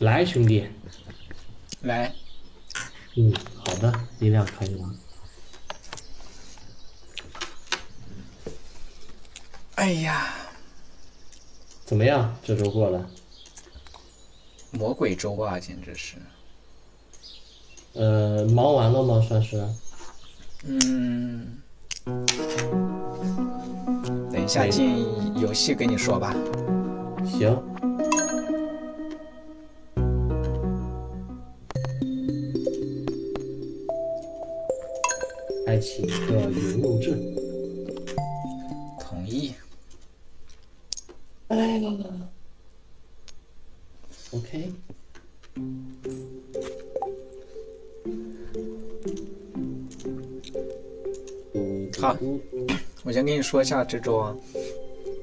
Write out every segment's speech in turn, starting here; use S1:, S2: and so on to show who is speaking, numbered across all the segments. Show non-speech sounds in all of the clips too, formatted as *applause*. S1: 来，兄弟，
S2: 来，
S1: 嗯，好的，力量可以了。
S2: 哎呀，
S1: 怎么样？这周过的？
S2: 魔鬼周啊，简直是。
S1: 呃，忙完了吗？算是。
S2: 嗯，等一下进游戏跟你说吧。
S1: 行。开启一个云录制。
S2: 同意。
S1: 哎呀，OK，
S2: 好，我先跟你说一下这周啊，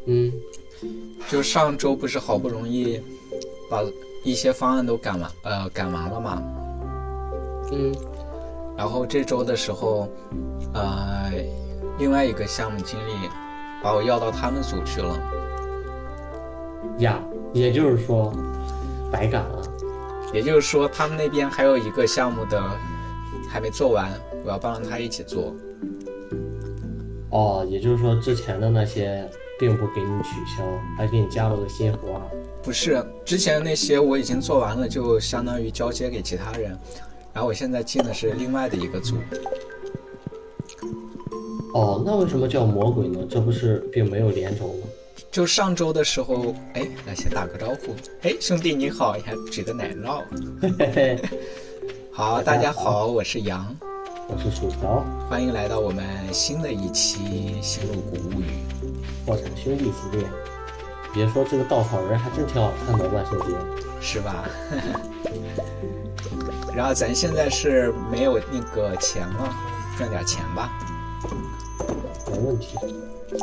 S1: 嗯
S2: 就上周不是好不容易把一些方案都赶完，呃，赶完了嘛。
S1: 嗯
S2: 然后这周的时候，呃，另外一个项目经理把我要到他们组去了，
S1: 呀，也就是说，白赶了。
S2: 也就是说他们那边还有一个项目的还没做完，我要帮着他一起做。
S1: 哦，也就是说之前的那些并不给你取消，还给你加了个新活儿。
S2: 不是之前那些我已经做完了，就相当于交接给其他人，然后我现在进的是另外的一个组。
S1: 哦，那为什么叫魔鬼呢？这不是并没有连轴吗？
S2: 就上周的时候，哎，来先打个招呼，哎，兄弟你好，你还举着奶酪。
S1: 嘿嘿，
S2: 好，大家好，我是杨，
S1: 我是薯条，
S2: 欢迎来到我们新的一期《星露谷物语》。
S1: 破产兄弟系列。别说这个稻草人还真挺好看的，万圣节。
S2: 是吧？ *laughs* 然后咱现在是没有那个钱了，赚点钱吧。
S1: 没问题。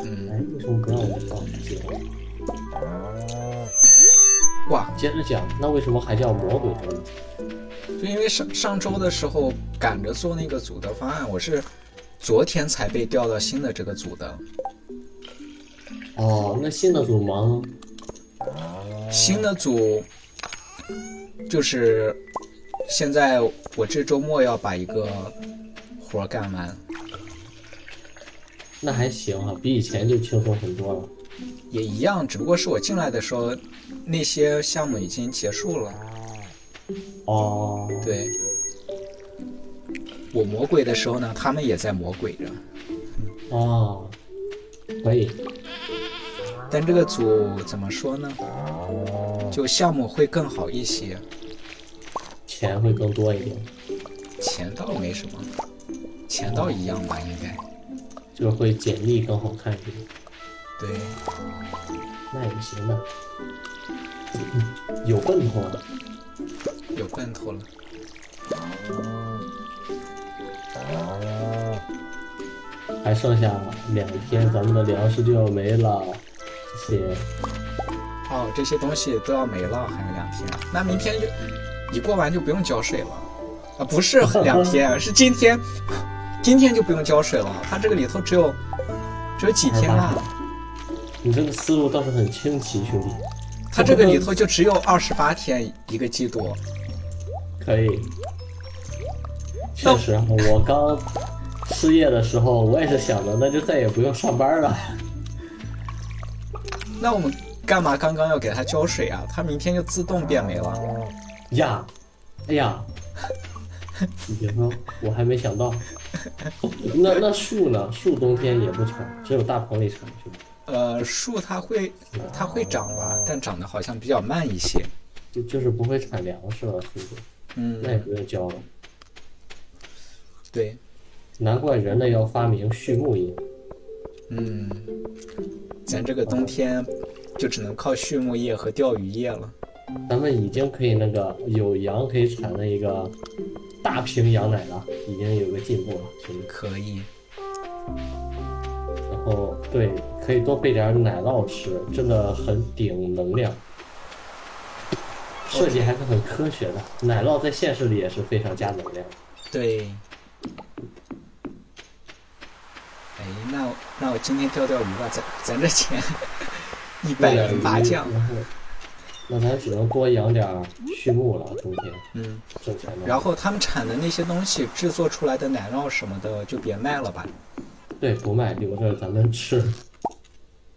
S2: 嗯，
S1: 哎，为什么不让我放节目？
S2: 哇，
S1: 接着讲，那为什么还叫魔鬼呢？
S2: 就因为上上周的时候赶着做那个组的方案，我是昨天才被调到新的这个组的。
S1: 哦，那新的组忙吗？
S2: 新的组就是现在我这周末要把一个活儿干完，
S1: 那还行哈、比以前就轻松很多了。
S2: 也一样，只不过是我进来的时候那些项目已经结束了。
S1: 哦，
S2: 对，我魔鬼的时候呢，他们也在魔鬼着，
S1: 哦，可以。
S2: 但这个组怎么说呢？就项目会更好一些，
S1: 钱会更多一点，
S2: 钱倒没什么，钱倒一样吧，应该。
S1: 就是会简历更好看一点。
S2: 对，
S1: 那也行的，嗯有奔头啊。
S2: 有奔头了。
S1: 还剩下两天，咱们的粮食就要没了，这些
S2: 哦，这些东西都要没了，还有两天，那明天就一过完就不用浇水了。啊，不是两天，是今天，今天就不用浇水了。它这个里头只有只有几天
S1: 28
S2: 啊
S1: 天？你这个思路倒是很清奇，兄弟。
S2: 它这个里头就只有二十八天一个季度。
S1: 可以。确实，我刚失业的时候，我也是想的，那就再也不用上班了。 *laughs*
S2: 那我们干嘛刚刚要给它浇水啊？它明天就自动变没了。
S1: 呀，哎呀，你别说，我还没想到。那那树呢？树冬天也不产，只有大棚里产。是吧
S2: 呃，树它会它会长吧，但长得好像比较慢一些。
S1: 就就是不会产粮食了，树就那也
S2: 嗯，
S1: 不用浇了。
S2: 对，
S1: 难怪人类要发明畜牧业。
S2: 嗯，咱这个冬天就只能靠畜牧业和钓鱼业了。
S1: 咱们已经可以那个有羊可以产的一个大瓶羊奶了，已经有个进步了，兄弟。
S2: 可以，
S1: 然后对，可以多备点奶酪吃，真的很顶能量。设计还是很科学的，奶酪在现实里也是非常加能量的。
S2: 对。哎，那我那我今天钓钓鱼吧，咱咱这钱一百零八将，
S1: 然后那咱只能多养点儿畜牧了，冬天
S2: 嗯，
S1: 挣钱的。
S2: 然后他们产的那些东西制作出来的奶酪什么的就别卖了吧。
S1: 对，不卖，留着咱们吃，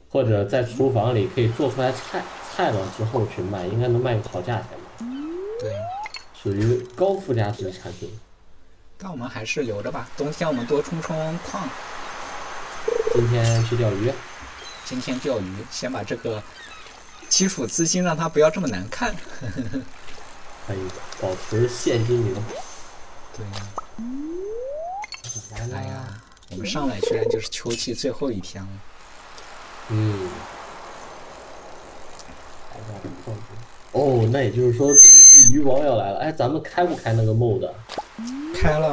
S1: 或者在厨房里可以做出来菜，菜了之后去卖，应该能卖个好价钱吧，
S2: 对，
S1: 属于高附加值产品。
S2: 但我们还是留着吧，冬天我们多充充矿。
S1: 今天去钓鱼，
S2: 今天钓鱼，先把这个基础资金让它不要这么难看。 *laughs*
S1: 可以保持现金流。
S2: 对，哎
S1: 来呀，
S2: 呀，我们上来居然就是秋季最后一天了。
S1: 嗯，哎来点矿泉水哦，那也就是说，对于这渔王要来了，哎，咱们开不开那个 mod 啊？
S2: 开了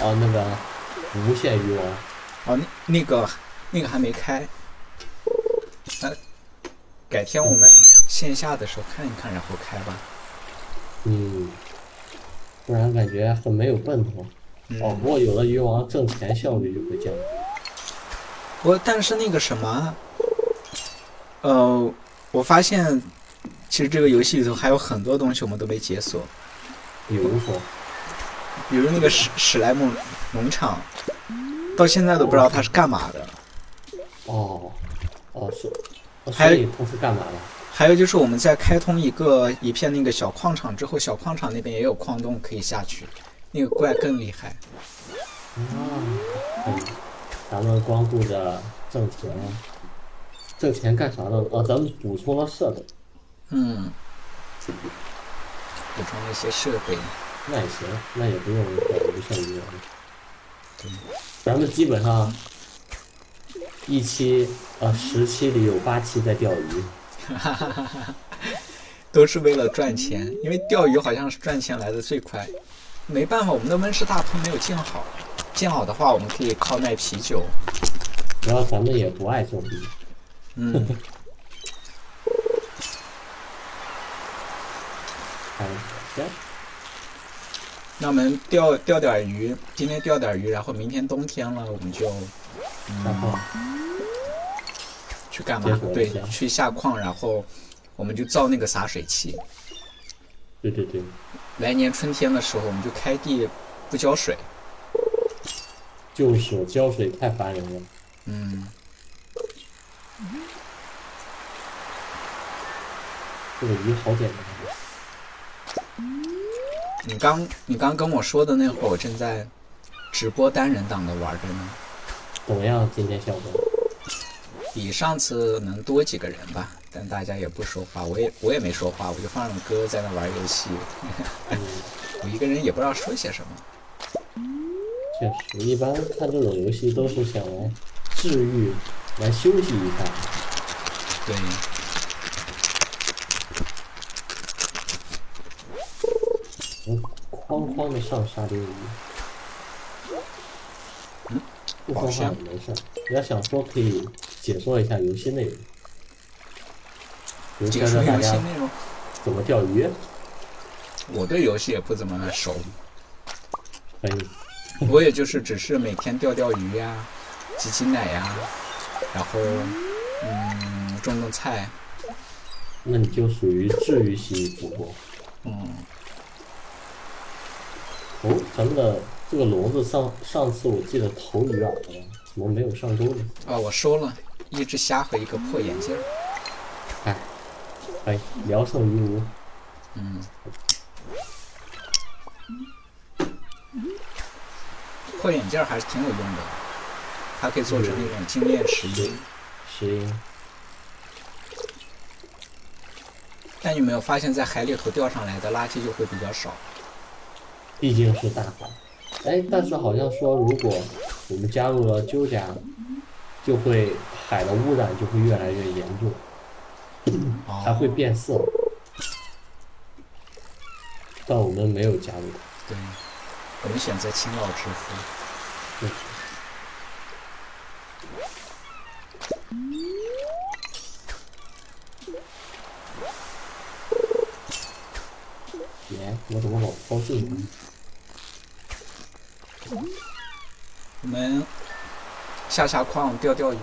S1: 啊，那个无限渔王，
S2: 哦，那那个那个还没开，那改天我们线下的时候看一看，然后开吧。
S1: 嗯，不然感觉很没有奔头。哦，
S2: 嗯，
S1: 不过有了渔王，挣钱效率就会降低。
S2: 我但是那个什么，呃，我发现其实这个游戏里头还有很多东西我们都没解锁，
S1: 比如说，
S2: 比如那个史史莱姆农场，到现在都不知道它是干嘛的。
S1: 哦，哦是，哦
S2: 还
S1: 所以他是干嘛的？
S2: 还有就是我们在开通一个一片那个小矿场之后，小矿场那边也有矿洞可以下去，那个怪更厉害。
S1: 啊，
S2: 哦
S1: 嗯，咱们光顾着挣钱，挣钱干啥呢？哦，咱们补充了设备，
S2: 嗯，补充了一些设备。
S1: 那也行，那也不用搞无限娱乐
S2: 对。
S1: 咱们基本上一期呃十期里有八期在钓鱼，
S2: 都是为了赚钱，因为钓鱼好像是赚钱来的最快。没办法，我们的温室大棚没有建好，建好的话，我们可以靠卖啤酒。
S1: 然后咱们也不爱种地。
S2: 嗯，
S1: 哎，行，
S2: 那我们钓钓点鱼，今天钓点鱼，然后明天冬天了，我们就嗯
S1: 然后
S2: 去干
S1: 解
S2: 嘛
S1: 锁？一
S2: 对
S1: 下，
S2: 去下矿，然后我们就造那个洒水器。
S1: 对对对，
S2: 来年春天的时候，我们就开地不浇水。
S1: 就是浇水太烦人了。
S2: 嗯，
S1: 这个鱼好简单，
S2: 你刚你刚跟我说的那会儿，我正在直播单人档的玩着呢，
S1: 怎么样？今天效果？
S2: 比上次能多几个人吧，但大家也不说话，我也我也没说话，我就放着歌在那玩游戏， *laughs*
S1: 嗯，
S2: 我一个人也不知道说些什么。
S1: 确实，一般看这种游戏都是想来治愈、来休息一下。
S2: 对，
S1: 嗯，哐哐的上沙丁鱼。
S2: 嗯，
S1: 不说话也没事儿。你要想说，可以解说一下游戏内容，比如
S2: 解
S1: 说
S2: 说
S1: 让大
S2: 游戏
S1: 家
S2: 内容，
S1: 怎么钓鱼，
S2: 我对游戏也不怎么熟，
S1: 可以。
S2: 我也就是只是每天钓钓鱼呀、挤挤奶呀、然后嗯种种菜，
S1: 那你就属于治愈系主播。
S2: 嗯。
S1: 哦，咱们的这个笼子上上次我记得头鱼饵了，怎么没有上钩呢？
S2: 啊，我收了一只虾和一个破眼镜儿。
S1: 哎，哎，聊胜于无。
S2: 嗯，破眼镜儿还是挺有用的，它可以做成那种精炼石
S1: 对
S2: 英。
S1: 石英，
S2: 但你有没有发现，在海里头钓上来的垃圾就会比较少？
S1: 毕竟是大海。哎，但是好像说，如果我们加入了鸠夹，就会海的污染就会越来越严重，还会变色。但我们没有加入。
S2: 对，我们选择勤劳致富。
S1: 耶，我怎么老抛镜头？
S2: 我们下下矿钓钓鱼，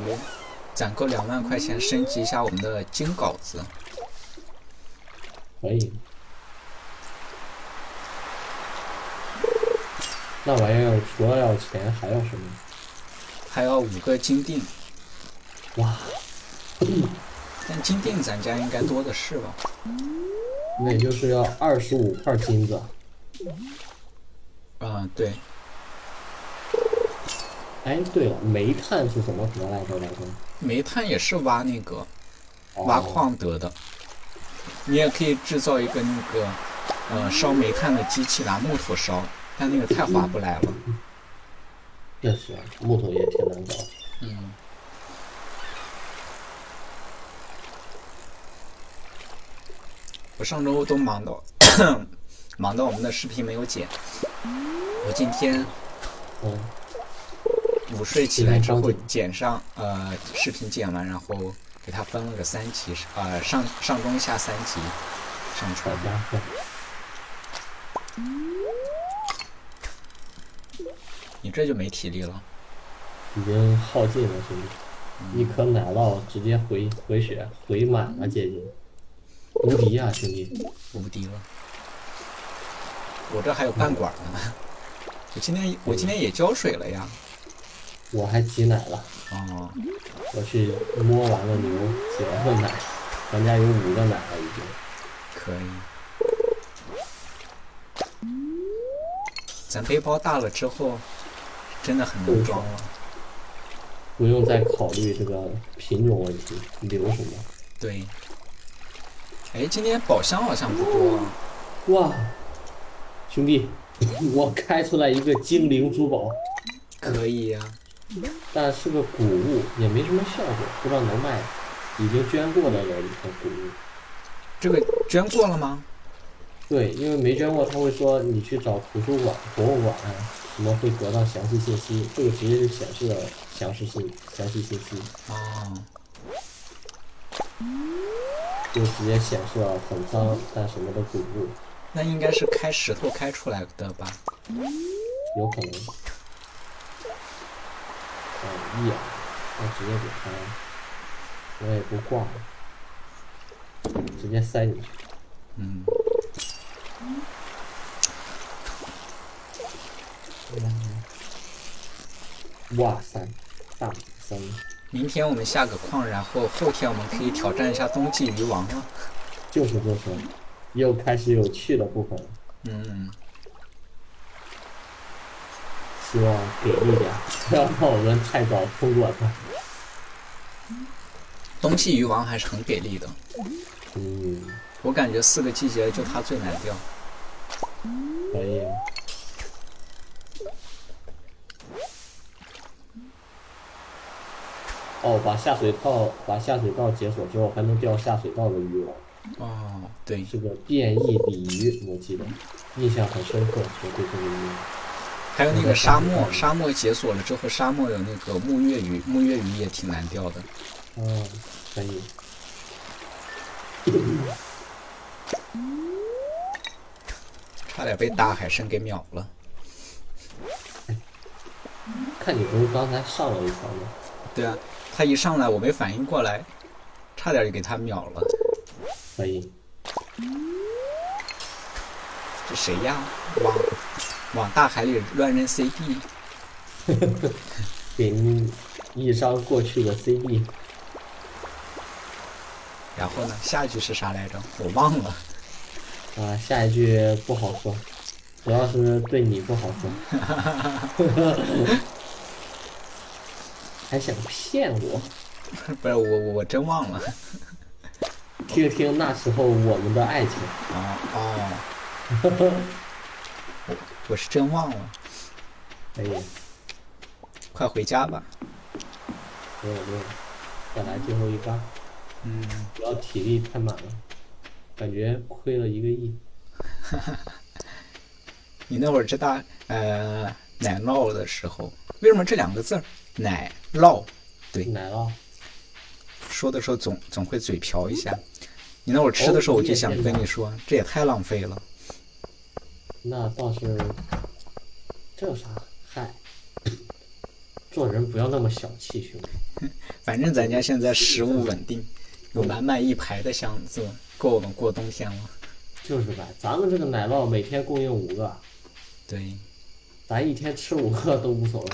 S2: 攒够两万块钱升级一下我们的金镐子。
S1: 可以。那玩意儿除了要钱还要什么？
S2: 还要五个金锭，
S1: 哇，
S2: 但金锭咱家应该多的是吧？
S1: 那也就是要二十五块金子。
S2: 啊、对，
S1: 哎，对了，煤炭是怎么得来着来着？
S2: 煤炭也是挖那个
S1: 哦
S2: 挖矿得的，你也可以制造一个那个呃烧煤炭的机器，拿木头烧，但那个太划不来了。
S1: 确实，木头也挺难搞。
S2: 嗯，我上周都忙到 *coughs* 忙到我们的视频没有剪，我今天
S1: 嗯，
S2: 午睡起来之后剪上呃视频剪完，然后给它分了个三集，呃上上中下三集上
S1: 好
S2: 传。
S1: 家伙，
S2: 你这就没体力了。
S1: 已经耗尽了，兄
S2: 嗯
S1: 弟，一颗奶酪直接回回血回满了，姐姐，无敌呀、兄弟！
S2: 无敌了。我这还有半管呢，我今天我今天也浇水了呀。
S1: 我还挤奶了，
S2: 哦，
S1: 我去摸完了牛，挤完了奶，咱家有五个奶了已经。
S2: 可以。咱背包大了之后，真的很能装啊了。
S1: 不用再考虑这个品种问题，留什么？
S2: 对。哎，今天宝箱好像不多啊。
S1: 哇，兄弟， *laughs* 我开出来一个精灵珠宝，
S2: 可以啊呀、
S1: 但是个古物，也没什么效果，不知道能卖。已经捐过的人的古物，
S2: 这个捐过了吗？
S1: 对，因为没捐过，他会说你去找图书馆、博物馆，什么会得到详细信息。这个直接就显示了详细信详细信息，
S2: 哦，
S1: 就直接显示了很脏但什么的古物，
S2: 那应该是开石头开出来的吧？
S1: 有可能。嗯，一眼，那直接给他，我也不挂了，直接塞进去。嗯
S2: 嗯。
S1: 哇塞，大三，
S2: 明天我们下个矿，然后后天我们可以挑战一下冬季啊鱼王了。
S1: 就是就是，又开始有趣的部分了。
S2: 嗯，
S1: 希望给力点，不要让我们太早通过它。
S2: 冬季鱼王还是很给力的，
S1: 嗯，
S2: 我感觉四个季节就它最难钓。
S1: 可以。哦，把下水道把下水道解锁之后，还能钓下水道的鱼网，
S2: 哦，对，
S1: 是个变异鲤鱼，我记得印象很深刻。我对这个鱼，
S2: 还有那个沙漠，沙漠解锁了之后，沙漠有那个木月鱼，木月鱼也挺难钓的。
S1: 嗯，可以。
S2: 差点被大海参给秒了。
S1: 看你不是刚才上了一条吗？
S2: 对啊，它一上来我没反应过来，差点就给它秒了。
S1: 可以，
S2: 这谁呀？往往大海里乱扔 CD，
S1: 给你一张过去的 CD。
S2: 然后呢？下一句是啥来着？我忘了。 *laughs*
S1: 啊，下一句不好说，主要是对你不好说。 *laughs* 还想骗我？
S2: 不是我我我真忘了。
S1: 听听那时候我们的爱情。
S2: 哦哦， *laughs* 我是真忘了，
S1: 哎呀，
S2: 快回家吧。
S1: 没有没有，再来最后一发，
S2: 嗯，
S1: 主要体力太满了，感觉亏了一个亿。
S2: 你那会儿知道呃奶酪的时候，为什么这两个字儿奶酪
S1: 奶酪，
S2: 说的时候总总会嘴瓢一下？你那会儿吃的时候，我就想跟你说，这也太浪费了。
S1: 那倒是，这有啥？嗨，做人不要那么小气，兄弟。
S2: 反正咱家现在食物稳定，有满满一排的箱子，够我们过冬天了。
S1: 就是呗，咱们这个奶酪每天供应五个，
S2: 对，
S1: 咱一天吃五个都无所谓。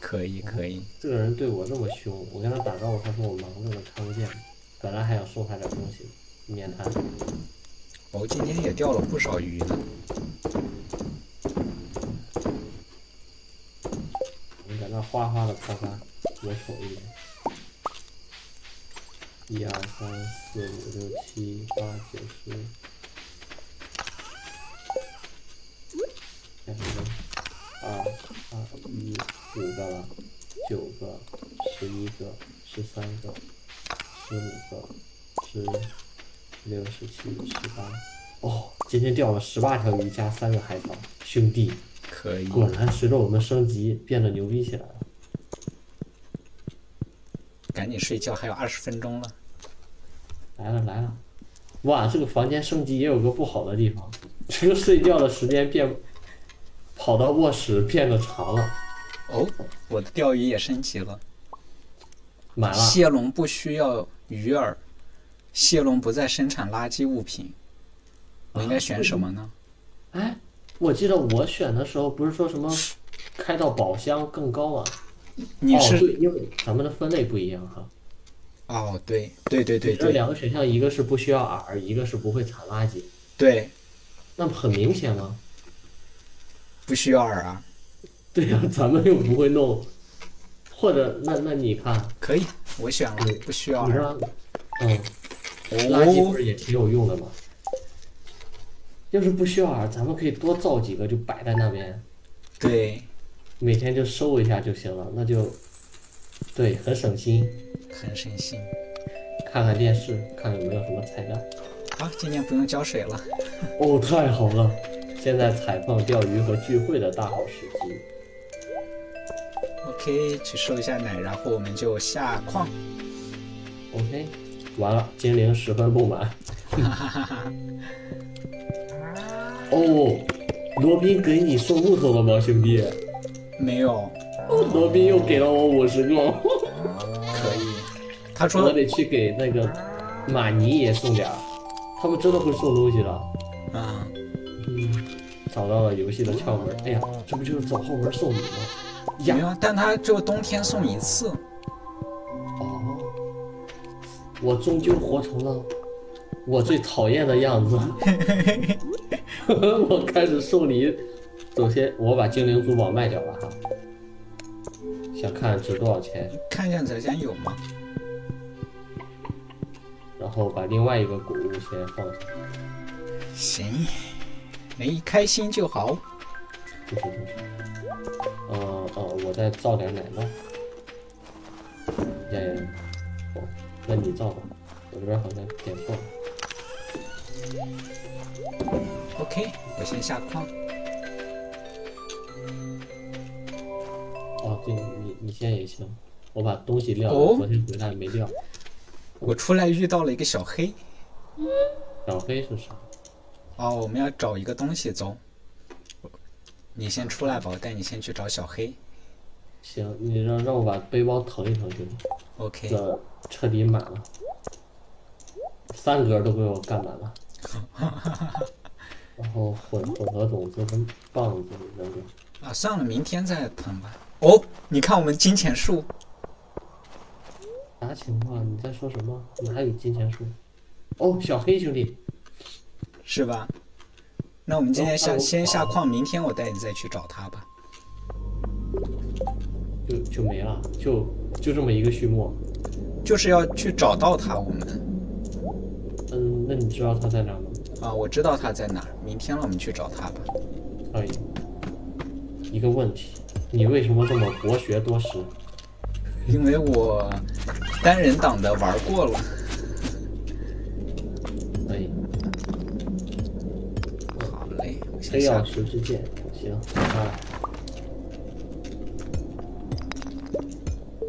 S2: 可以可以，
S1: 这个人对我这么凶，我跟他打招呼，他说我忙着呢，看不见。本来还想送他点东西，免谈。
S2: 我、哦今天也钓了不少鱼呢。
S1: 我们在那哗哗的泡发，我瞅一眼。一二三四五六七八九十。开始吧二二一五个了，九个，十一个，十三个，十五个，十六十七十八。哦，今天钓了十八条鱼加三个海草，兄弟。
S2: 可以，
S1: 果然，随着我们升级，变得牛逼起来了。
S2: 赶紧睡觉，还有二十分钟了。
S1: 来了来了，哇，这个房间升级也有个不好的地方，这个睡觉的时间变，跑到卧室变得长了，
S2: 哦，我的钓鱼也升级了。
S1: 满了。
S2: 蟹笼不需要鱼饵，蟹笼不再生产垃圾物品。我
S1: 啊
S2: 应该选什么呢？
S1: 哎，我记得我选的时候不是说什么开到宝箱更高啊？
S2: 你
S1: 哦、
S2: 是
S1: 对，因为咱们的分类不一样哈。
S2: 哦，对对对对
S1: 这
S2: 对
S1: 两个选项，一个是不需要饵，一个是不会产垃圾，
S2: 对，
S1: 那很明显啊。
S2: 不需要饵啊，
S1: 对呀、咱们又不会弄，或者那那你看，
S2: 可以，我选了，不需要
S1: 你知
S2: 饵。
S1: 道，嗯。垃圾不
S2: 哦，
S1: 是也挺有用的吗？要是不需要啊饵，咱们可以多造几个，就摆在那边，
S2: 对，
S1: 每天就收一下就行了。那就，对，很省心。
S2: 很省心。
S1: 看看电视，看看有没有什么彩蛋。
S2: 好，今天不用浇水了。
S1: 哦，太好了！现在采矿、钓鱼和聚会的大好时机。
S2: OK，去收一下奶，然后我们就下矿。
S1: OK，完了，精灵十分不满。哦，罗宾给你送木头了吗，兄弟？哦
S2: 没有，
S1: 罗宾又给了我五十个。
S2: 可以。他
S1: 我
S2: 说，
S1: 得去给那个马尼也送点儿，他们真的会送东西的。
S2: 啊、
S1: 找到了游戏的窍门，哎呀，这不就是走后门送礼吗？
S2: 没有，但他就冬天送一次。
S1: 哦，我终究活成了我最讨厌的样子。 *laughs* 我开始送礼，首先我把精灵珠宝卖掉了哈，想看值多少钱，
S2: 看一下咱家有吗？
S1: 然后把另外一个谷物先放下，
S2: 行，没开心就好。
S1: 就是就是，嗯哦、我再造点奶酪。耶，哦，那你造吧，我这边好像点错了。
S2: OK，我先下矿。
S1: 哦，对，你你现在也行，我把东西撂了，
S2: 哦
S1: 昨天回来没撂。
S2: 我出来遇到了一个小黑。
S1: 小黑是啥？
S2: 哦，我们要找一个东西走。你先出来吧，我带你先去找小黑。
S1: 行，你让让我把背包腾一腾行吗？
S2: OK，
S1: 这彻底满了，三格都被我干满了。然后混混合种子跟棒子扔了。
S2: 啊，算了，明天再腾吧。哦，你看我们金钱树，
S1: 啥情况？你在说什么？哪有金钱树？哦，小黑兄弟，
S2: 是吧？那我们今天
S1: 哦
S2: 下
S1: 我
S2: 先下矿，明天我带你再去找他吧。
S1: 就就没了，就就这么一个序幕。
S2: 就是要去找到他，我们
S1: 嗯，那你知道他在哪吗？
S2: 啊，我知道他在哪儿，明天了我们去找他吧。
S1: 可以。一个问题，你为什么这么博学多识？
S2: 因为我单人党的玩过了，
S1: 可以，
S2: 好嘞，我先
S1: 黑曜
S2: 下。
S1: 石之剑，行，啊，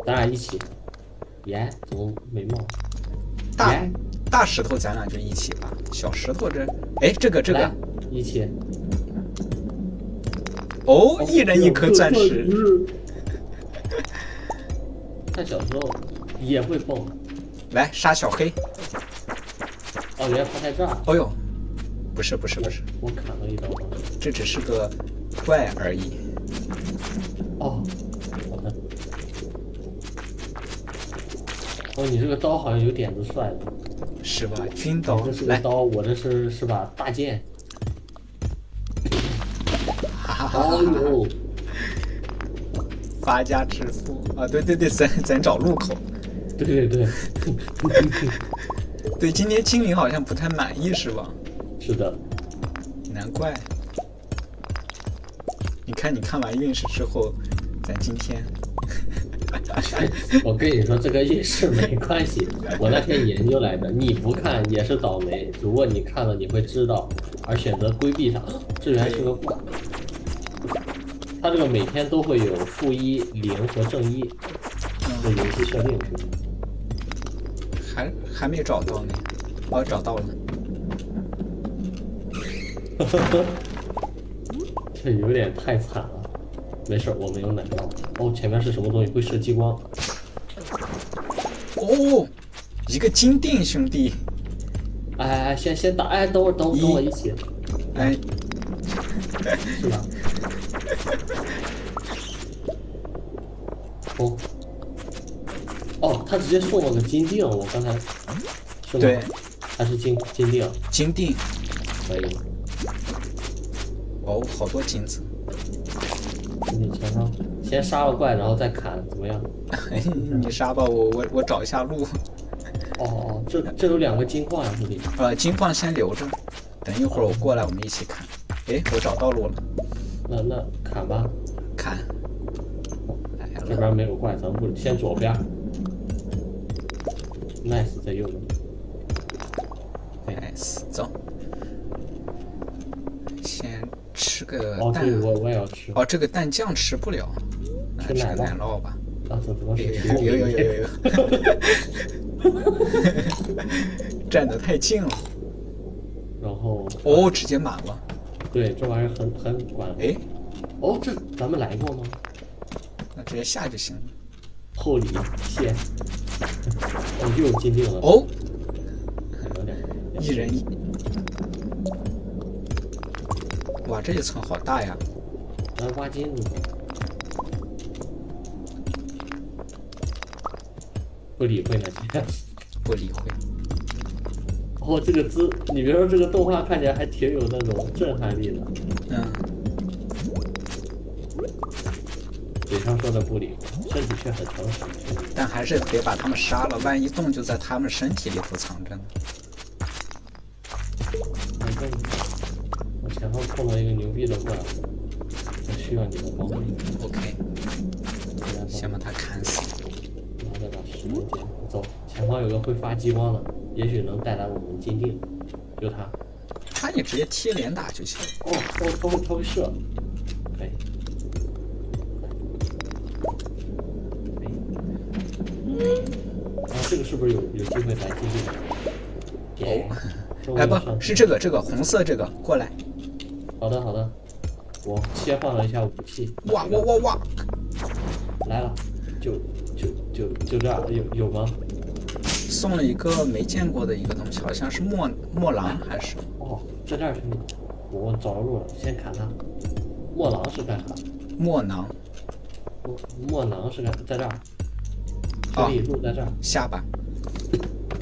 S1: 咱俩一起。耶，怎么没冒？
S2: 大
S1: 耶，
S2: 大石头咱俩就一起吧，小石头这，哎，这个这个
S1: 来，一起。
S2: 哦，一人一颗钻石，。
S1: *laughs* 看小时候也会蹦，
S2: 来杀小黑。
S1: 哦，原来他在这儿。
S2: 哦呦，不是不是不是，
S1: 我砍了一刀吗？
S2: 这只是个怪而已。
S1: 哦，好的。哦，你这个刀好像有点子帅了。
S2: 是吧？军
S1: 你
S2: 刀
S1: 哦这是个
S2: 来，
S1: 刀，我这是是把大剑。
S2: 哈哈哈
S1: 哦
S2: 哈！
S1: 呦，
S2: 发家致富啊！对对对，咱咱找路口。
S1: 对对对，
S2: 对，今天精灵好像不太满意是吧？
S1: 是的。
S2: 难怪。你看，你看完运势之后，咱今天
S1: *laughs* 我跟你说，这跟运势没关系。我那天研究来的，你不看也是倒霉，只不过你看了你会知道，而选择规避它。这原来是个卦，它这个每天都会有负一、零和正一的游戏设定。
S2: 还还没找到呢。哦，找到了。
S1: *laughs* 这有点太惨了。没事儿，我没有奶酪。哦，前面是什么东西会射激光？
S2: 哦，一个金锭兄弟，
S1: 哎哎，哎先先打，哎，等会儿等会儿等我一起，
S2: 哎，
S1: 是吧？哦，哦，他直接送我个金锭，我刚才是吗？
S2: 对，
S1: 还是金金锭，
S2: 金锭。
S1: 可以。
S2: 哦，好多金子。 *laughs*
S1: 你前方先杀了怪，然后再砍，怎么样？
S2: 哎，你杀吧，我我我找一下路。
S1: 哦哦，这这有两个金矿呀、兄弟。
S2: 呃，金矿先留着，等一会儿我过来，我们一起看。哎，我找到路了，
S1: 那那砍吧，
S2: 看，来
S1: 这
S2: 了，
S1: 边没有怪，咱们不先左边。nice 在右边。
S2: 哎，死走。先吃个
S1: 哦，
S2: 蛋。
S1: 对，我我也要吃。啊
S2: 哦，这个蛋酱吃不了，那
S1: 吃
S2: 吃个
S1: 奶酪
S2: 奶酪吧。
S1: 啊，怎怎么是提
S2: 有
S1: 供
S2: 有
S1: 给
S2: 有
S1: 你
S2: 有 *laughs* 有。站得太近了，
S1: 然后
S2: 哦，直接满了。
S1: 对，这玩意儿很很管。
S2: 哎，
S1: 哦，这咱们来过吗？
S2: 那直接下就行了。
S1: 厚礼谢。哦，又有金锭了。
S2: 哦，
S1: 有点，
S2: 一人一。哇，这一层好大呀！
S1: 来挖金子吧。不理会那些。
S2: 不理会。
S1: *laughs* 哦，这个姿，你别说这个动画看起来还挺有那种震撼力的。
S2: 嗯。
S1: 嘴上说的不理会，身体却很诚实。
S2: 但还是得把他们杀了，万一洞就在他们身体里头藏着呢。
S1: 反正我前方碰到一个牛逼的怪物，我需要你的帮助。
S2: OK，
S1: 来吧
S2: 先把他砍死。
S1: 然后再把石头捡回走，前方有个会发激光的，也许能带来我们金锭。就它。
S2: 他你直接贴脸打就行。
S1: 哦哦，它会它会射。可以。可以。哎啊，这个是不是有有机会来金锭？耶、终于
S2: 哎，
S1: 有上
S2: 不是这个，这个红色这个，过来！
S1: 好的好的，我切换了一下武器。
S2: 哇哇哇哇！
S1: 来了，就就就就这样，有有吗？
S2: 送了一个没见过的一个东西，好像是墨墨狼还是？
S1: 哦，在这儿兄弟，我找着路了，先砍他。墨狼是干啥？
S2: 墨囊
S1: 墨墨狼是干在这儿，
S2: 啊
S1: 兄弟路在这儿。
S2: 下巴，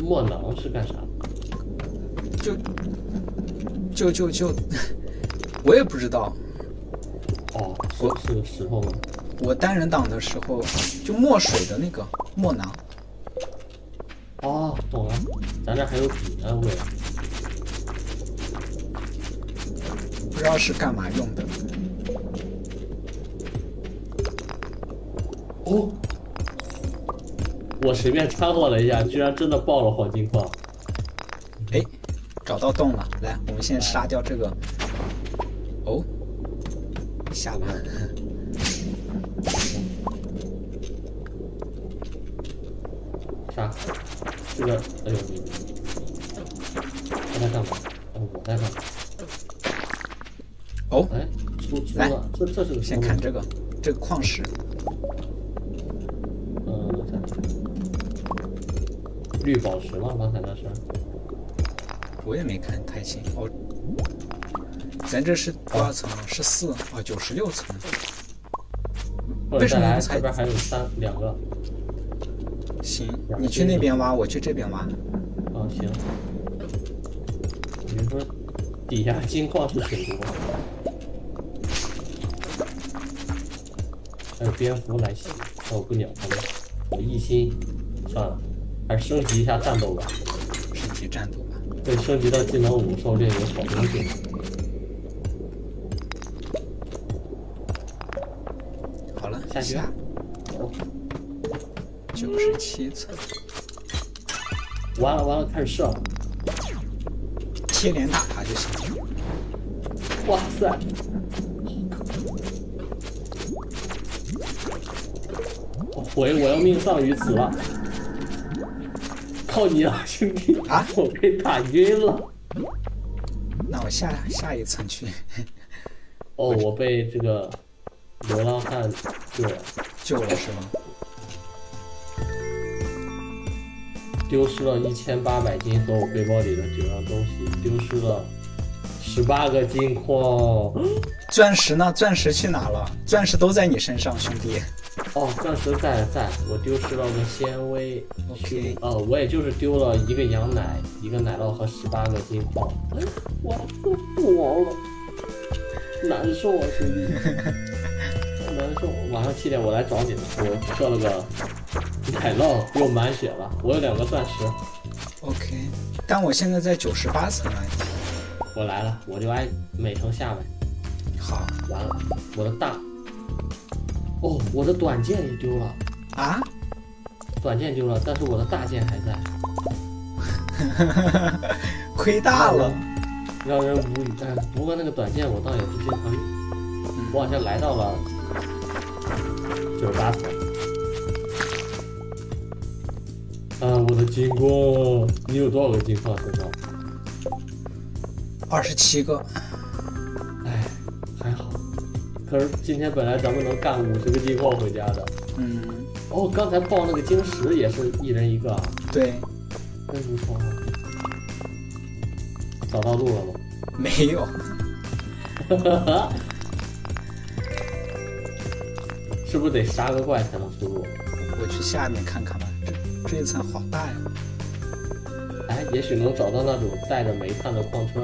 S1: 墨狼是干啥？
S2: 就就就就，我也不知道。
S1: 哦，是
S2: 我
S1: 是个石头吗？
S2: 我单人党的时候就墨水的那个墨囊，
S1: 哦，懂了，咱这儿还有笔呢，我也
S2: 不知道是干嘛用的。
S1: 哦，我随便掺和了一下，居然真的爆了黄金矿。
S2: 哎，找到洞了，来，我们先杀掉这个。哦，下吧。
S1: 啥？这个，哎呦，你他在干嘛？哦，我在干嘛？
S2: 哦，
S1: 哎，出出
S2: 来
S1: 了，这这是个什
S2: 先
S1: 么
S2: 看
S1: 东西？
S2: 这个，这个矿石。
S1: 嗯，我看绿宝石吗？刚才那是？
S2: 我也没看太清。哦，咱这是多少层？十四啊，九十六层。
S1: 或者
S2: 为
S1: 再
S2: 什么
S1: 来
S2: 不采
S1: 这边还有三两个，
S2: 行，你去那边挖，我去这边挖。
S1: 啊行。你说底下金矿是挺多的，还有蝙蝠来袭，但我不鸟他们，我一心算了，还是升级一下战斗吧。
S2: 身体战斗吧。
S1: 对，升级到技能五狩猎有好东西。
S2: 好了，
S1: 下去吧走
S2: 九十七层，
S1: 完了完了，开始啊射了！
S2: 贴脸打他就行了。
S1: 哇塞，我回我要命丧于此了，靠你了，兄弟！
S2: 啊
S1: 我被打晕了。
S2: 那我下下一层去 *laughs*
S1: 哦，我被这个流浪汉救了，
S2: 救了是吗？
S1: 丢失了一千八百金和我背包里的九样东西，丢失了十八个金矿。
S2: 钻石呢？钻石去哪了？钻石都在你身上，兄弟。
S1: 哦，钻石在在，我丢失了个纤维。
S2: OK
S1: 哦，我也就是丢了一个羊奶、一个奶酪和十八个金矿。我受不玩了，难受啊，兄弟，难受。晚上七点我来找你了，我射了个奶酪，又满血了。我有两个钻石，
S2: OK，但我现在在九十八层了。啊
S1: 我来了，我就挨美城下面。
S2: 好
S1: 完了，我的大，哦，我的短剑也丢了，
S2: 啊， *laughs*
S1: 短剑丢了，但是我的大剑还在。
S2: 亏大了。
S1: 让人无语。哎，不过那个短剑我倒也不经常用，我好像来到了九十八层。啊，我的金矿，你有多少个金矿身上？
S2: 二十七个，
S1: 哎，还好。可是今天本来咱们能干五十个金矿回家的。
S2: 嗯，
S1: 哦，刚才报那个晶石也是一人一个啊，
S2: 对，
S1: 真不错啊。找到路了吗？
S2: 没有。
S1: *laughs* 是不是得杀个怪才能出路？
S2: 我去下面看看吧，这这一层好大呀。
S1: 哎，也许能找到那种带着煤炭的矿车。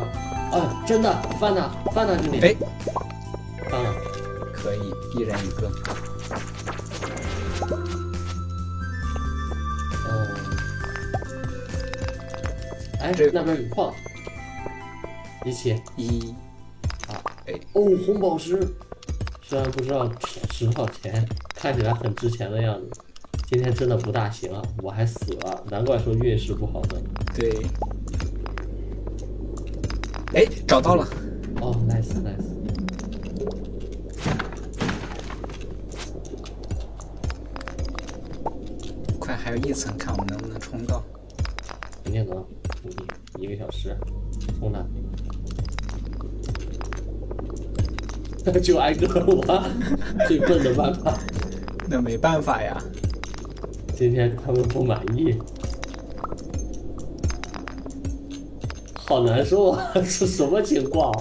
S1: 啊，真的，翻呐，翻呐，兄弟，
S2: 哎，
S1: 翻了。
S2: 可以，一人一个。
S1: 嗯，哎
S2: 这，
S1: 那边有矿，一起。
S2: 一，
S1: 哦，红宝石，虽然不知道值多少钱，看起来很值钱的样子。今天真的不大行啊，我还死了，难怪说运势不好呢。
S2: 对。哎，找到了。
S1: 哦，nice nice。
S2: 快，还有一层，看我能不能冲到。
S1: 肯定能，努力一个小时，冲他！ *laughs* 就挨个我，最笨的办法。
S2: 那没办法呀，
S1: 今天他们不满意，好难受啊！ *laughs* 是什么情况？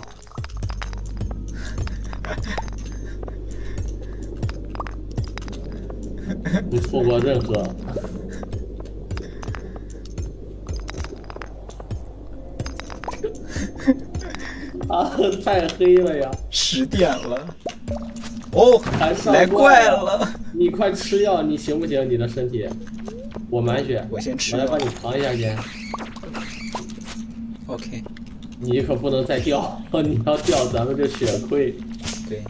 S1: 不错过任何。 *laughs* 啊，太黑了呀！
S2: 十点了。哦
S1: 还，上啊
S2: 来
S1: 怪
S2: 怪
S1: 了
S2: 了。
S1: 你快吃药，你行不行？你的身体，我满血，
S2: 我先吃
S1: 我来
S2: 药
S1: 帮。你扛一下先。
S2: OK，
S1: 你可不能再掉， *laughs* 你要掉咱们就血亏。
S2: 对，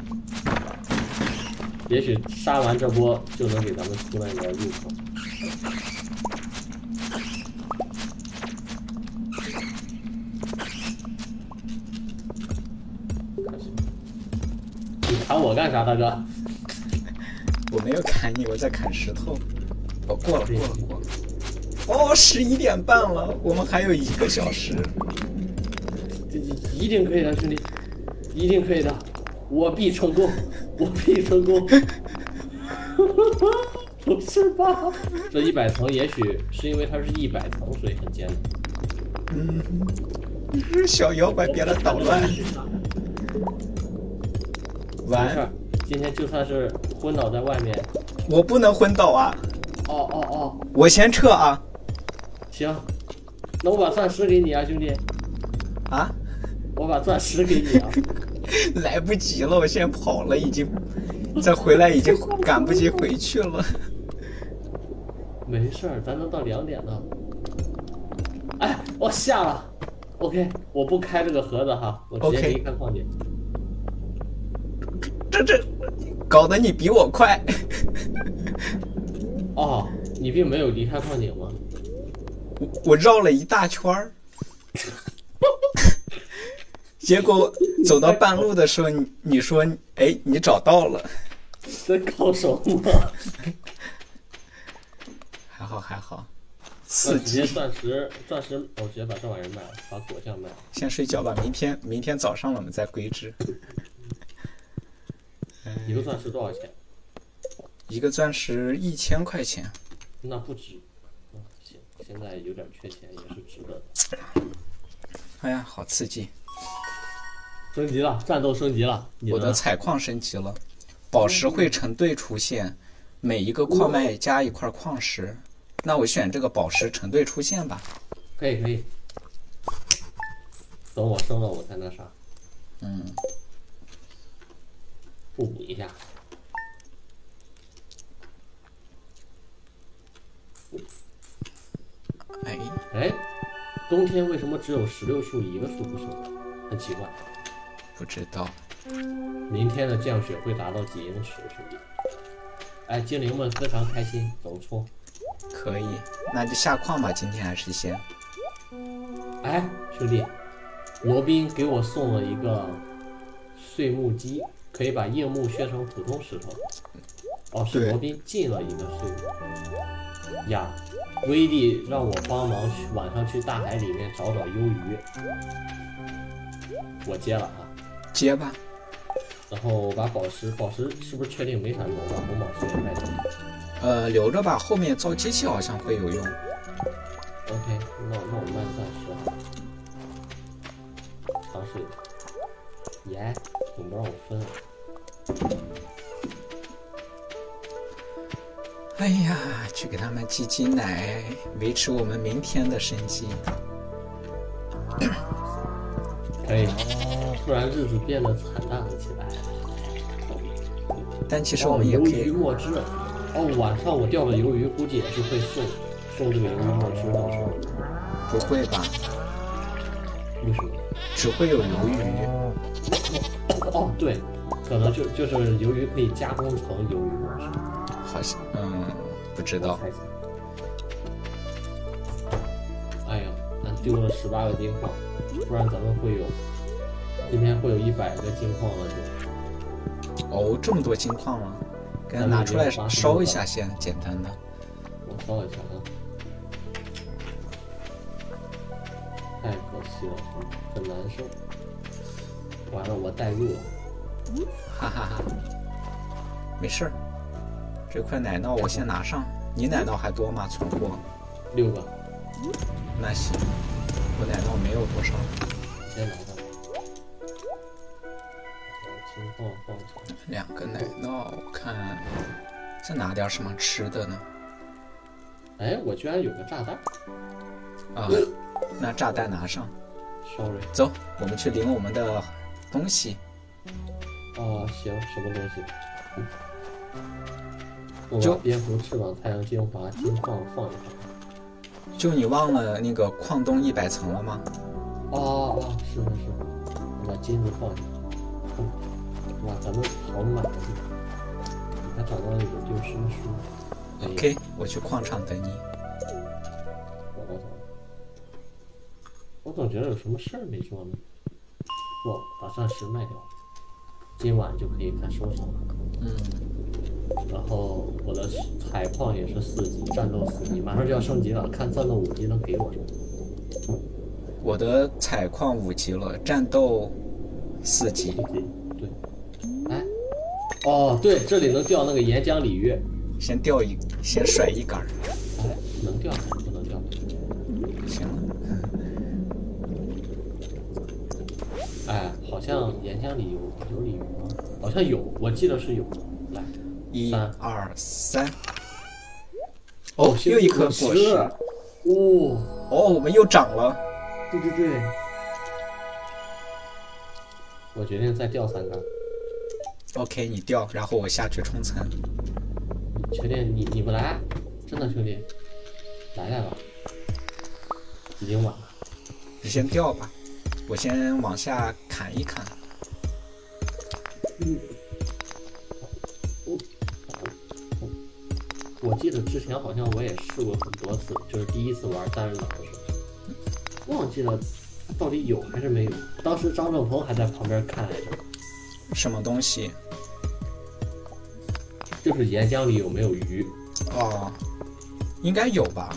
S1: 也许杀完这波就能给咱们出来一条入口。你砍我干啥，大哥？
S2: 我没有砍你，我在砍石头。我、过了，过了，过了。哦，十一点半了，我们还有一个小时。
S1: 这这一定可以的，兄弟，一定可以的，我必成功，我必成功。 *laughs* 不是吧？这一百层也许是因为它是一百层，所以很艰难。
S2: 嗯，这小妖怪别来捣乱。
S1: 没事
S2: 完，
S1: 儿，今天就算是昏倒在外面。
S2: 我不能昏倒啊！
S1: 哦哦哦，
S2: 我先撤啊！
S1: 行，那我把钻石给你啊，兄弟，
S2: 啊，
S1: 我把钻石给你啊。
S2: 来不及了，我先跑了，已经再回来已经赶不及回去了。
S1: 没事儿，咱能到两点呢。哎，我下了。OK，我不开这个盒子哈，我直接
S2: OK
S1: 离开矿井。
S2: 这这搞得你比我快，
S1: 哦，你并没有离开矿井吗？
S2: 我我绕了一大圈 *laughs* 儿，结果走到半路的时候，你你说哎，你找到了，
S1: 在高手吗？
S2: 还好还好，
S1: 那
S2: 刺
S1: 直接
S2: 激。
S1: 钻石，钻石，我直接把这玩意儿卖了，把果酱卖了。
S2: 先睡觉吧，明天明天早上我们再规制。
S1: 一个钻石多少钱？
S2: 一个钻石一千块钱，
S1: 那不值。嗯行，现在有点缺钱也是值得的。
S2: 哎呀，好刺激！
S1: 升级了，战斗升级了。你
S2: 我的
S1: 呢？
S2: 采矿升级了，宝石会成对出现，每一个矿脉加一块矿石。那我选这个宝石成对出现吧。
S1: 可以可以。等我升了，我才那啥，
S2: 嗯，
S1: 互补一下。
S2: 哎，
S1: 哎，冬天为什么只有石榴树一个树不生？很奇怪。
S2: 不知道，
S1: 明天的降雪会达到几英尺，兄弟？哎，精灵们非常开心，走冲！
S2: 可以，那就下矿吧。今天还是先，
S1: 哎，兄弟，罗宾给我送了一个碎木机，可以把硬木削成普通石头。哦，是
S2: 对
S1: 罗宾进了一个碎木机。呀，威力让我帮忙去晚上去大海里面找找鱿鱼。我接了啊，
S2: 接吧。
S1: 然后我把宝石，宝石是不是确定没闪头？把红宝石也卖掉。
S2: 呃，留着吧，后面造机器好像会有用。
S1: OK，那那我卖钻石好了，尝试一下。耶，怎么不让我分啊？
S2: 哎呀，去给他们挤挤奶，维持我们明天的生机。
S1: 可以。突然日子变得惨淡了起来。
S2: 但其
S1: 其
S2: 实我们也
S1: 鱿
S2: 可
S1: 鱼
S2: 以，
S1: 墨汁。哦，晚上我钓的鱿鱼估计也是会送送这个鱿鱼墨汁到手。
S2: 不会吧？
S1: 为什么？ *coughs*
S2: 只会有鱿鱼。
S1: 哦，对，可能就就是鱿鱼可以加工成鱿鱼墨汁。
S2: 好像，嗯，不知道。
S1: 猜测哎呀，俺丢了十八个金矿，不然咱们会有，今天会有一百个金矿了就。
S2: 哦，这么多金矿吗？给它
S1: 咱们
S2: 拿
S1: 已
S2: 出
S1: 经
S2: 来
S1: 把它
S2: 烧
S1: 弄
S2: 一下先，简单的。
S1: 我稍一下啊。太可惜了，很难受。完了，我代入了。
S2: 哈哈哈，没事儿，这块奶酪我先拿上。你奶酪还多吗？存货？
S1: 六个，
S2: 那行，我奶酪没有多少。
S1: 先拿到。把金矿放上，
S2: 两个奶酪，我看再拿点什么吃的呢？
S1: 哎，我居然有个炸弹
S2: 啊，那炸弹拿上，
S1: ，sorry。
S2: 走，我们去领我们的东西。
S1: 哦，行，什么东西？嗯我
S2: 就
S1: 把蝙蝠翅膀、太阳精华、金矿放一放。
S2: 就你忘了那个矿洞一百层了吗？
S1: 哦哦哦，是是是，我把金子放下。哼哇，咱们好满啊！你还找到一本救生书。哎呀
S2: OK，我去矿场等你。
S1: 我我我总觉得有什么事儿没做呢。我把钻石卖掉，今晚就可以开收藏了。
S2: 嗯，
S1: 然后我的采矿也是四级，战斗四级，马上就要升级了，看战斗五级能给我什么。
S2: 我的采矿五级了，战斗四级。
S1: 对，哎，哦，对，这里能钓那个岩浆鲤鱼，
S2: 先钓一，先甩一杆儿，
S1: 哎，能钓还是不能钓？
S2: 行了。
S1: 哎，好像岩浆里有有鲤鱼吗？好像有，我记得是有。来，
S2: 一
S1: 三
S2: 二三，哦，
S1: 行
S2: 又一颗
S1: 我
S2: 果
S1: 吃
S2: 实，
S1: 了哦，
S2: 哦，我们又长了。
S1: 对对对，我决定再钓三竿。
S2: OK，你掉，然后我下去冲层。
S1: 兄弟，你你不来，真的兄弟，来来吧，已经晚了。
S2: 你先掉吧，我先往下砍一砍。
S1: 我记得之前好像我也试过很多次，就是第一次玩单人岛的时候，忘记了到底有还是没有。当时张正鹏还在旁边看来着，
S2: 什么东西？
S1: 就是岩浆里有没有鱼。
S2: 哦，应该有吧？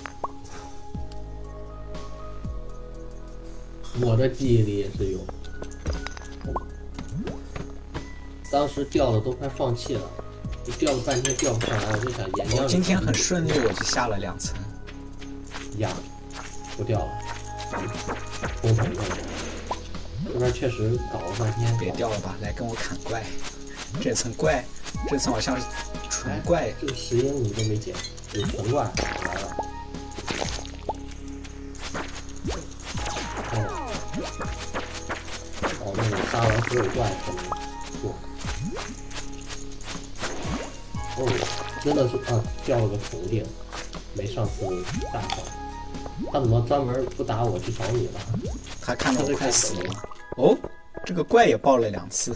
S1: 我的记忆里也是有，当时钓的都快放弃了，就钓了半天钓不上来，我就想岩浆里
S2: 我哦今天很顺利，啊我就下了两层。
S1: 呀，不掉了，空手用。这边确实搞了半天，
S2: 别掉了吧，来跟我砍怪。这层怪，这层好像是纯怪。
S1: 这个石英你都没捡，有存罐来了。哦，哦，那你杀完所有怪才能做。哦，真的是啊，掉了个头顶，没上次大好。他怎么专门不打我去找你了？
S2: 他看到我快死了。哦，这个怪也爆了两次。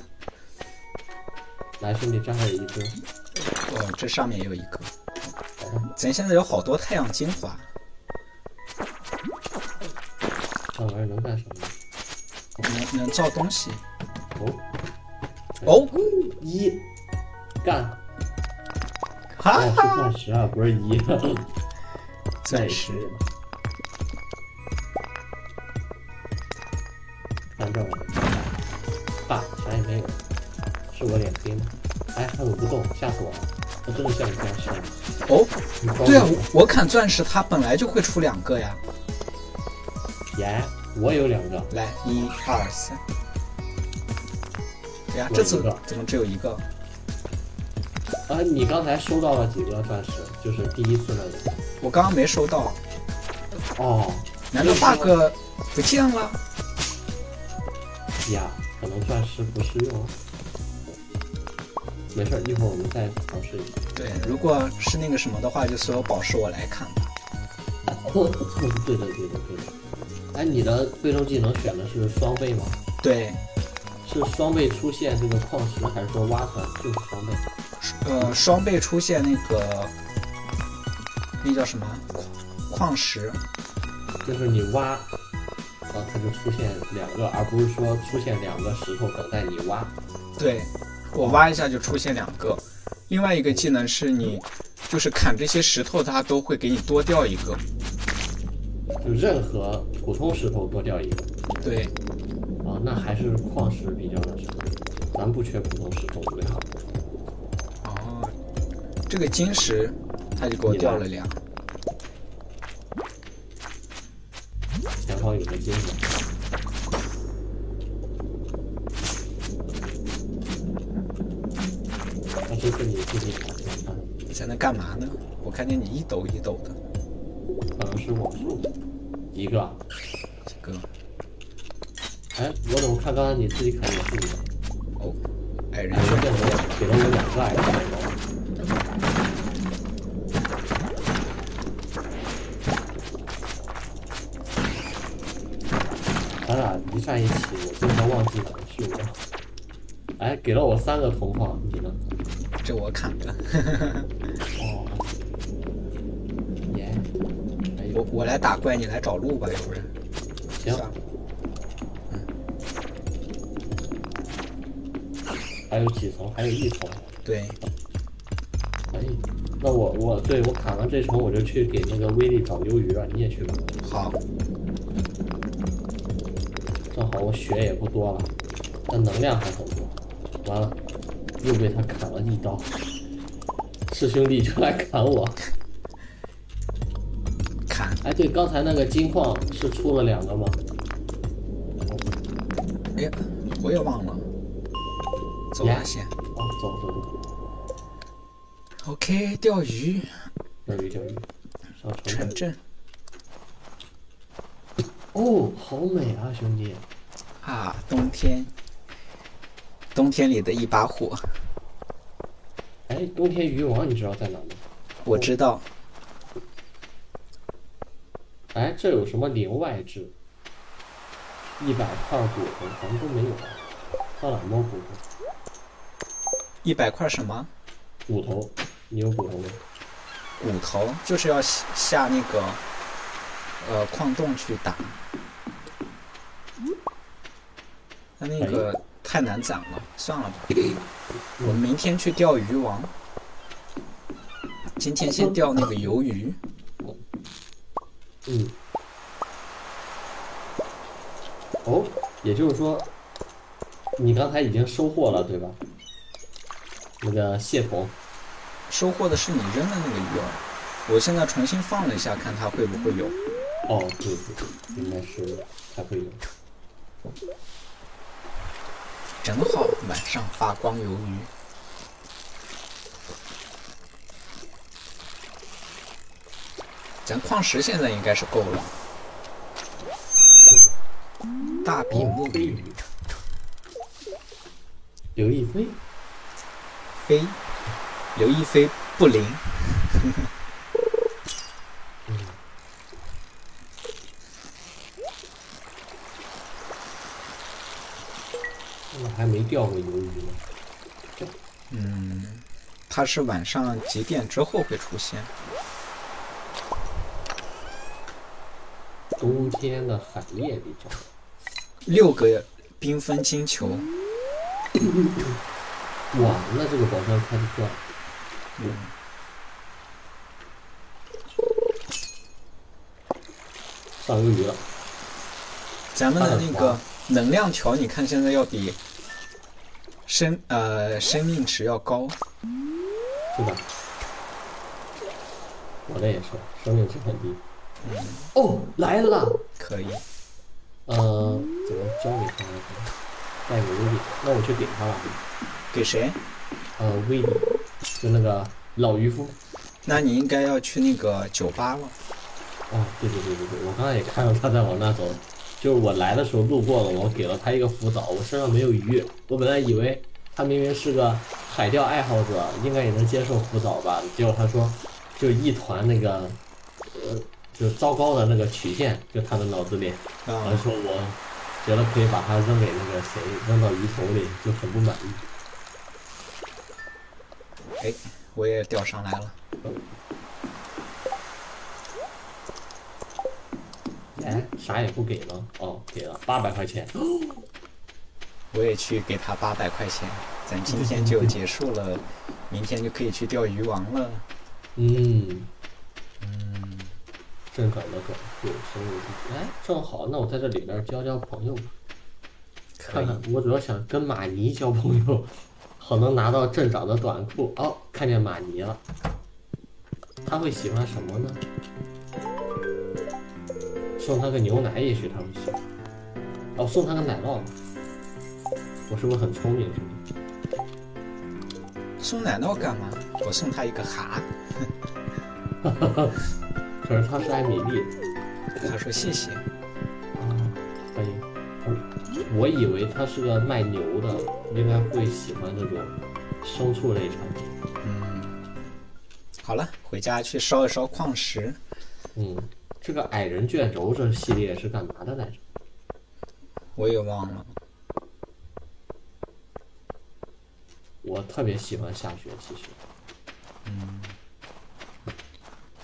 S1: 来，兄弟，这还有一只，
S2: 哦，这上面也有一个。
S1: 来吧
S2: 咱现在有好多太阳精华。
S1: 这玩意儿能干什么？
S2: 能能造东西。
S1: 哦，
S2: 哦，
S1: 一干。
S2: 哈
S1: 哦，是
S2: 哈，
S1: 钻石啊，不是一。哎
S2: 钻石。
S1: 看这我，爸，啥也没有，是我脸黑吗？哎，还有不动，吓死我了！我真的吓你钻石了。
S2: 哦，
S1: 你装
S2: 对啊
S1: 什么，
S2: 我我砍钻石，它本来就会出两个呀。
S1: 耶，我有两个，
S2: 来，一二三。对呀，
S1: 我
S2: 这
S1: 一
S2: 次
S1: 个
S2: 怎么只有一个？
S1: 啊，你刚才收到了几个钻石？就是第一次那个。
S2: 我刚刚没收到，
S1: 哦，
S2: 难道 bug 不见了？
S1: 呀，可能钻石不适用啊。没事儿，一会儿我们再尝试一下。
S2: 对，如果是那个什么的话，就所有宝石我来砍吧。
S1: 对的，对的，对的。哎，你的被动技能选的是双倍吗？
S2: 对，
S1: 是双倍出现这个矿石，还是说挖出来就是双倍？
S2: 呃，双倍出现那个，那叫什么矿石？
S1: 就是你挖，然后它就出现两个，而不是说出现两个石头等待你挖。
S2: 对，我挖一下就出现两个。另外一个技能是你，就是砍这些石头，它都会给你多掉一个。
S1: 就任何普通石头多掉一个
S2: 对，
S1: 啊，那还是矿石比较那什么。咱不缺普通石头，对吧？
S2: 哦，这个晶石，它就给我掉了俩。
S1: 前方有个金子。那这次你自己打算看，
S2: 你在那干嘛呢？我看见你一抖一抖的。
S1: 可能是网速一个。
S2: 几个？
S1: 哎，我怎么看刚才你自己砍的是一个？
S2: 哦，矮人
S1: 哎，
S2: 圈
S1: 这给我给了我两个矮人。咱俩一站一起，我经常忘记哦怎么去我。哎，给了我三个铜矿，你呢？
S2: 这我砍的。
S1: 哦，耶，哎
S2: *laughs* 我
S1: 呦，
S2: 我来打怪，你来找路吧，要不然。
S1: 行，
S2: 算了
S1: 还有几层？还有一层。哎
S2: 对，
S1: 可以，那我我对我砍完这层，我就去给那个威力找鱿鱼了，你也去吧。
S2: 好，
S1: 正好我血也不多了，但能量还很多。完了，又被他砍了一刀。是兄弟就来砍我。
S2: 砍。
S1: 哎，对，刚才那个金矿是出了两个吗？
S2: 哎呀，我也忘了。走
S1: 呀
S2: 啊，先。
S1: 啊，走走走，
S2: OK，钓鱼，
S1: 钓鱼钓鱼，上城
S2: 城
S1: 镇。
S2: 镇
S1: 哦，好美啊，兄弟！
S2: 啊，冬天，冬天里的一把火，
S1: 哎，冬天渔王你知道在哪吗？
S2: 我知道。
S1: 哎，这有什么零外制？一百块骨头咱们都没有，到哪摸骨头？
S2: 一百块什么
S1: 骨头，你有骨头吗？
S2: 骨头，就是要下下那个呃矿洞去打。那那个太难攒了，算了吧。我明天去钓鱼王，今天先钓那个鱿鱼。
S1: 嗯。哦，也就是说，你刚才已经收获了，对吧？那个蟹桶，
S2: 收获的是你扔的那个鱼饵，我现在重新放了一下，看它会不会有。
S1: 哦，对对，应该是才会有。
S2: 正好晚上发光鱿鱼。咱矿石现在应该是够了。大
S1: 哦
S2: 比目鱼
S1: 刘亦菲，
S2: 飞，刘亦菲不灵。
S1: 我还没钓过鱿鱼呢。
S2: 嗯，它是晚上几点之后会出现？
S1: 冬天的海叶比较多，
S2: 六个缤纷金球，
S1: 哇，那这个宝箱开的赚。
S2: 嗯，
S1: 上鱿鱼了，
S2: 咱们的那
S1: 它很
S2: 个
S1: 滑
S2: 能量条，你看现在要比生呃生命值要高。
S1: 是吧？我这也是，生命值很低。哦，来了。
S2: 可以，
S1: 呃，怎么交给他了？带给威力，那我去给他了。
S2: 给谁？
S1: 呃，威力，就那个老渔夫。
S2: 那你应该要去那个酒吧了。
S1: 哦，对对对对对，我刚才也看到他在往那走，就是我来的时候路过了，我给了他一个辅导。我身上没有鱼，我本来以为他明明是个海钓爱好者，应该也能接受辅导吧，结果他说，就一团那个，呃，就是糟糕的那个曲线，就他的脑子里。然后
S2: 啊，
S1: 说我觉得可以把它扔给那个谁，扔到鱼桶里，就很不满意。
S2: 哎，我也钓上来了。
S1: 哎，啥也不给吗？哦，给了八百块钱。
S2: 我也去给他八百块钱，咱今天就结束了，明天就可以去钓鱼王了。
S1: 嗯，正搞了搞，对，生日礼哎，正好，那我在这里边交交朋友吧，
S2: 可
S1: 看
S2: 以
S1: 看，我主要想跟马尼交朋友，好能拿到镇长的短裤。哦，看见马尼了，他会喜欢什么呢？送他个牛奶，也许他会喜欢。哦，送他个奶酪吧。我是不是很聪明？兄弟？
S2: 送奶酪干嘛？我送他一个蛤。
S1: 可是他是艾米丽。
S2: 他说谢谢。
S1: 啊，可以。我以为他是个卖牛的，应该会喜欢这种牲畜类产品。
S2: 嗯，好了，回家去烧一烧矿石。
S1: 嗯，这个矮人卷轴这系列是干嘛的来着？
S2: 我也忘了。
S1: 我特别喜欢下雪，其实，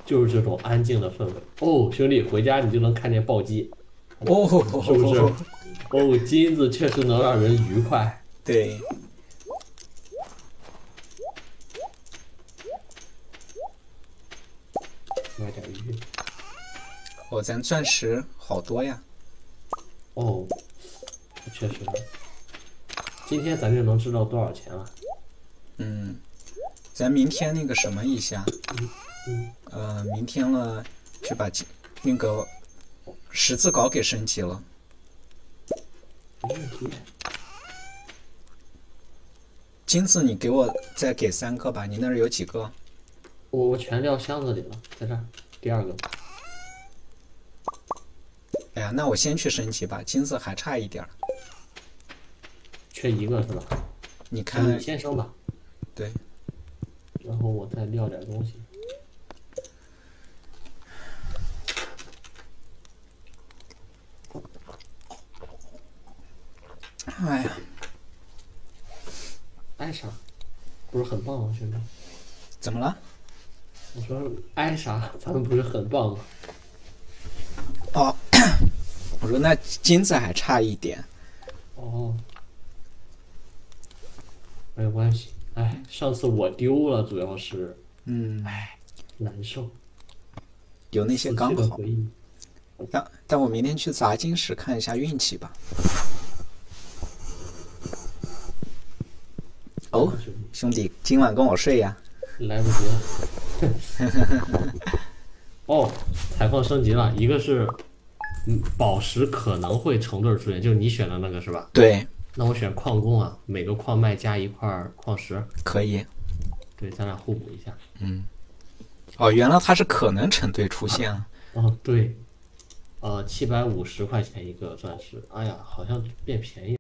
S1: 就是这种安静的氛围。哦，兄弟，回家你就能看见暴击。
S2: 哦，
S1: 是不是？哦，金子确实能让人愉快。
S2: *laughs* 对，
S1: 买点鱼。
S2: 哦，咱钻石好多呀。
S1: 哦，确实。今天咱就能知道多少钱了。
S2: 嗯，咱明天那个什么一下，呃，明天了去把金那个十字镐给升级了。
S1: 没问题。
S2: 金子，你给我再给三个吧。你那儿有几个？
S1: 我我全撂箱子里了，在这儿第二个。
S2: 哎呀，那我先去升级吧，金子还差一点儿。
S1: 缺一个是吧？
S2: 你
S1: 你
S2: 看，
S1: 先升吧，
S2: 对，
S1: 然后我再撂点东西。
S2: 哎呀，
S1: 艾莎，不是很棒吗？兄弟，
S2: 怎么了？
S1: 我说艾莎， *laughs* 咱们不是很棒吗？啊
S2: 哦，我说那金子还差一点。
S1: 哦，没有关系。哎，上次我丢了，主要是
S2: 嗯，
S1: 难受，
S2: 有那些
S1: 哎死
S2: 刚
S1: 去的
S2: 好。
S1: 回忆。
S2: 但但我明天去砸金石看一下运气吧。哦，
S1: 兄
S2: 兄弟，今晚跟我睡呀？
S1: 弟，来不及了。 *laughs* 哦，采矿升级了，一个是，嗯，宝石可能会成对儿出现，就是你选的那个是吧？
S2: 对，
S1: 那我选矿工啊，每个矿脉加一块儿矿石，
S2: 可以。
S1: 对，咱俩互补一下。
S2: 哦，原来它是可能成对出现啊。
S1: 哦，对，呃，七百五十块钱一个钻石，哎呀，好像变便宜了。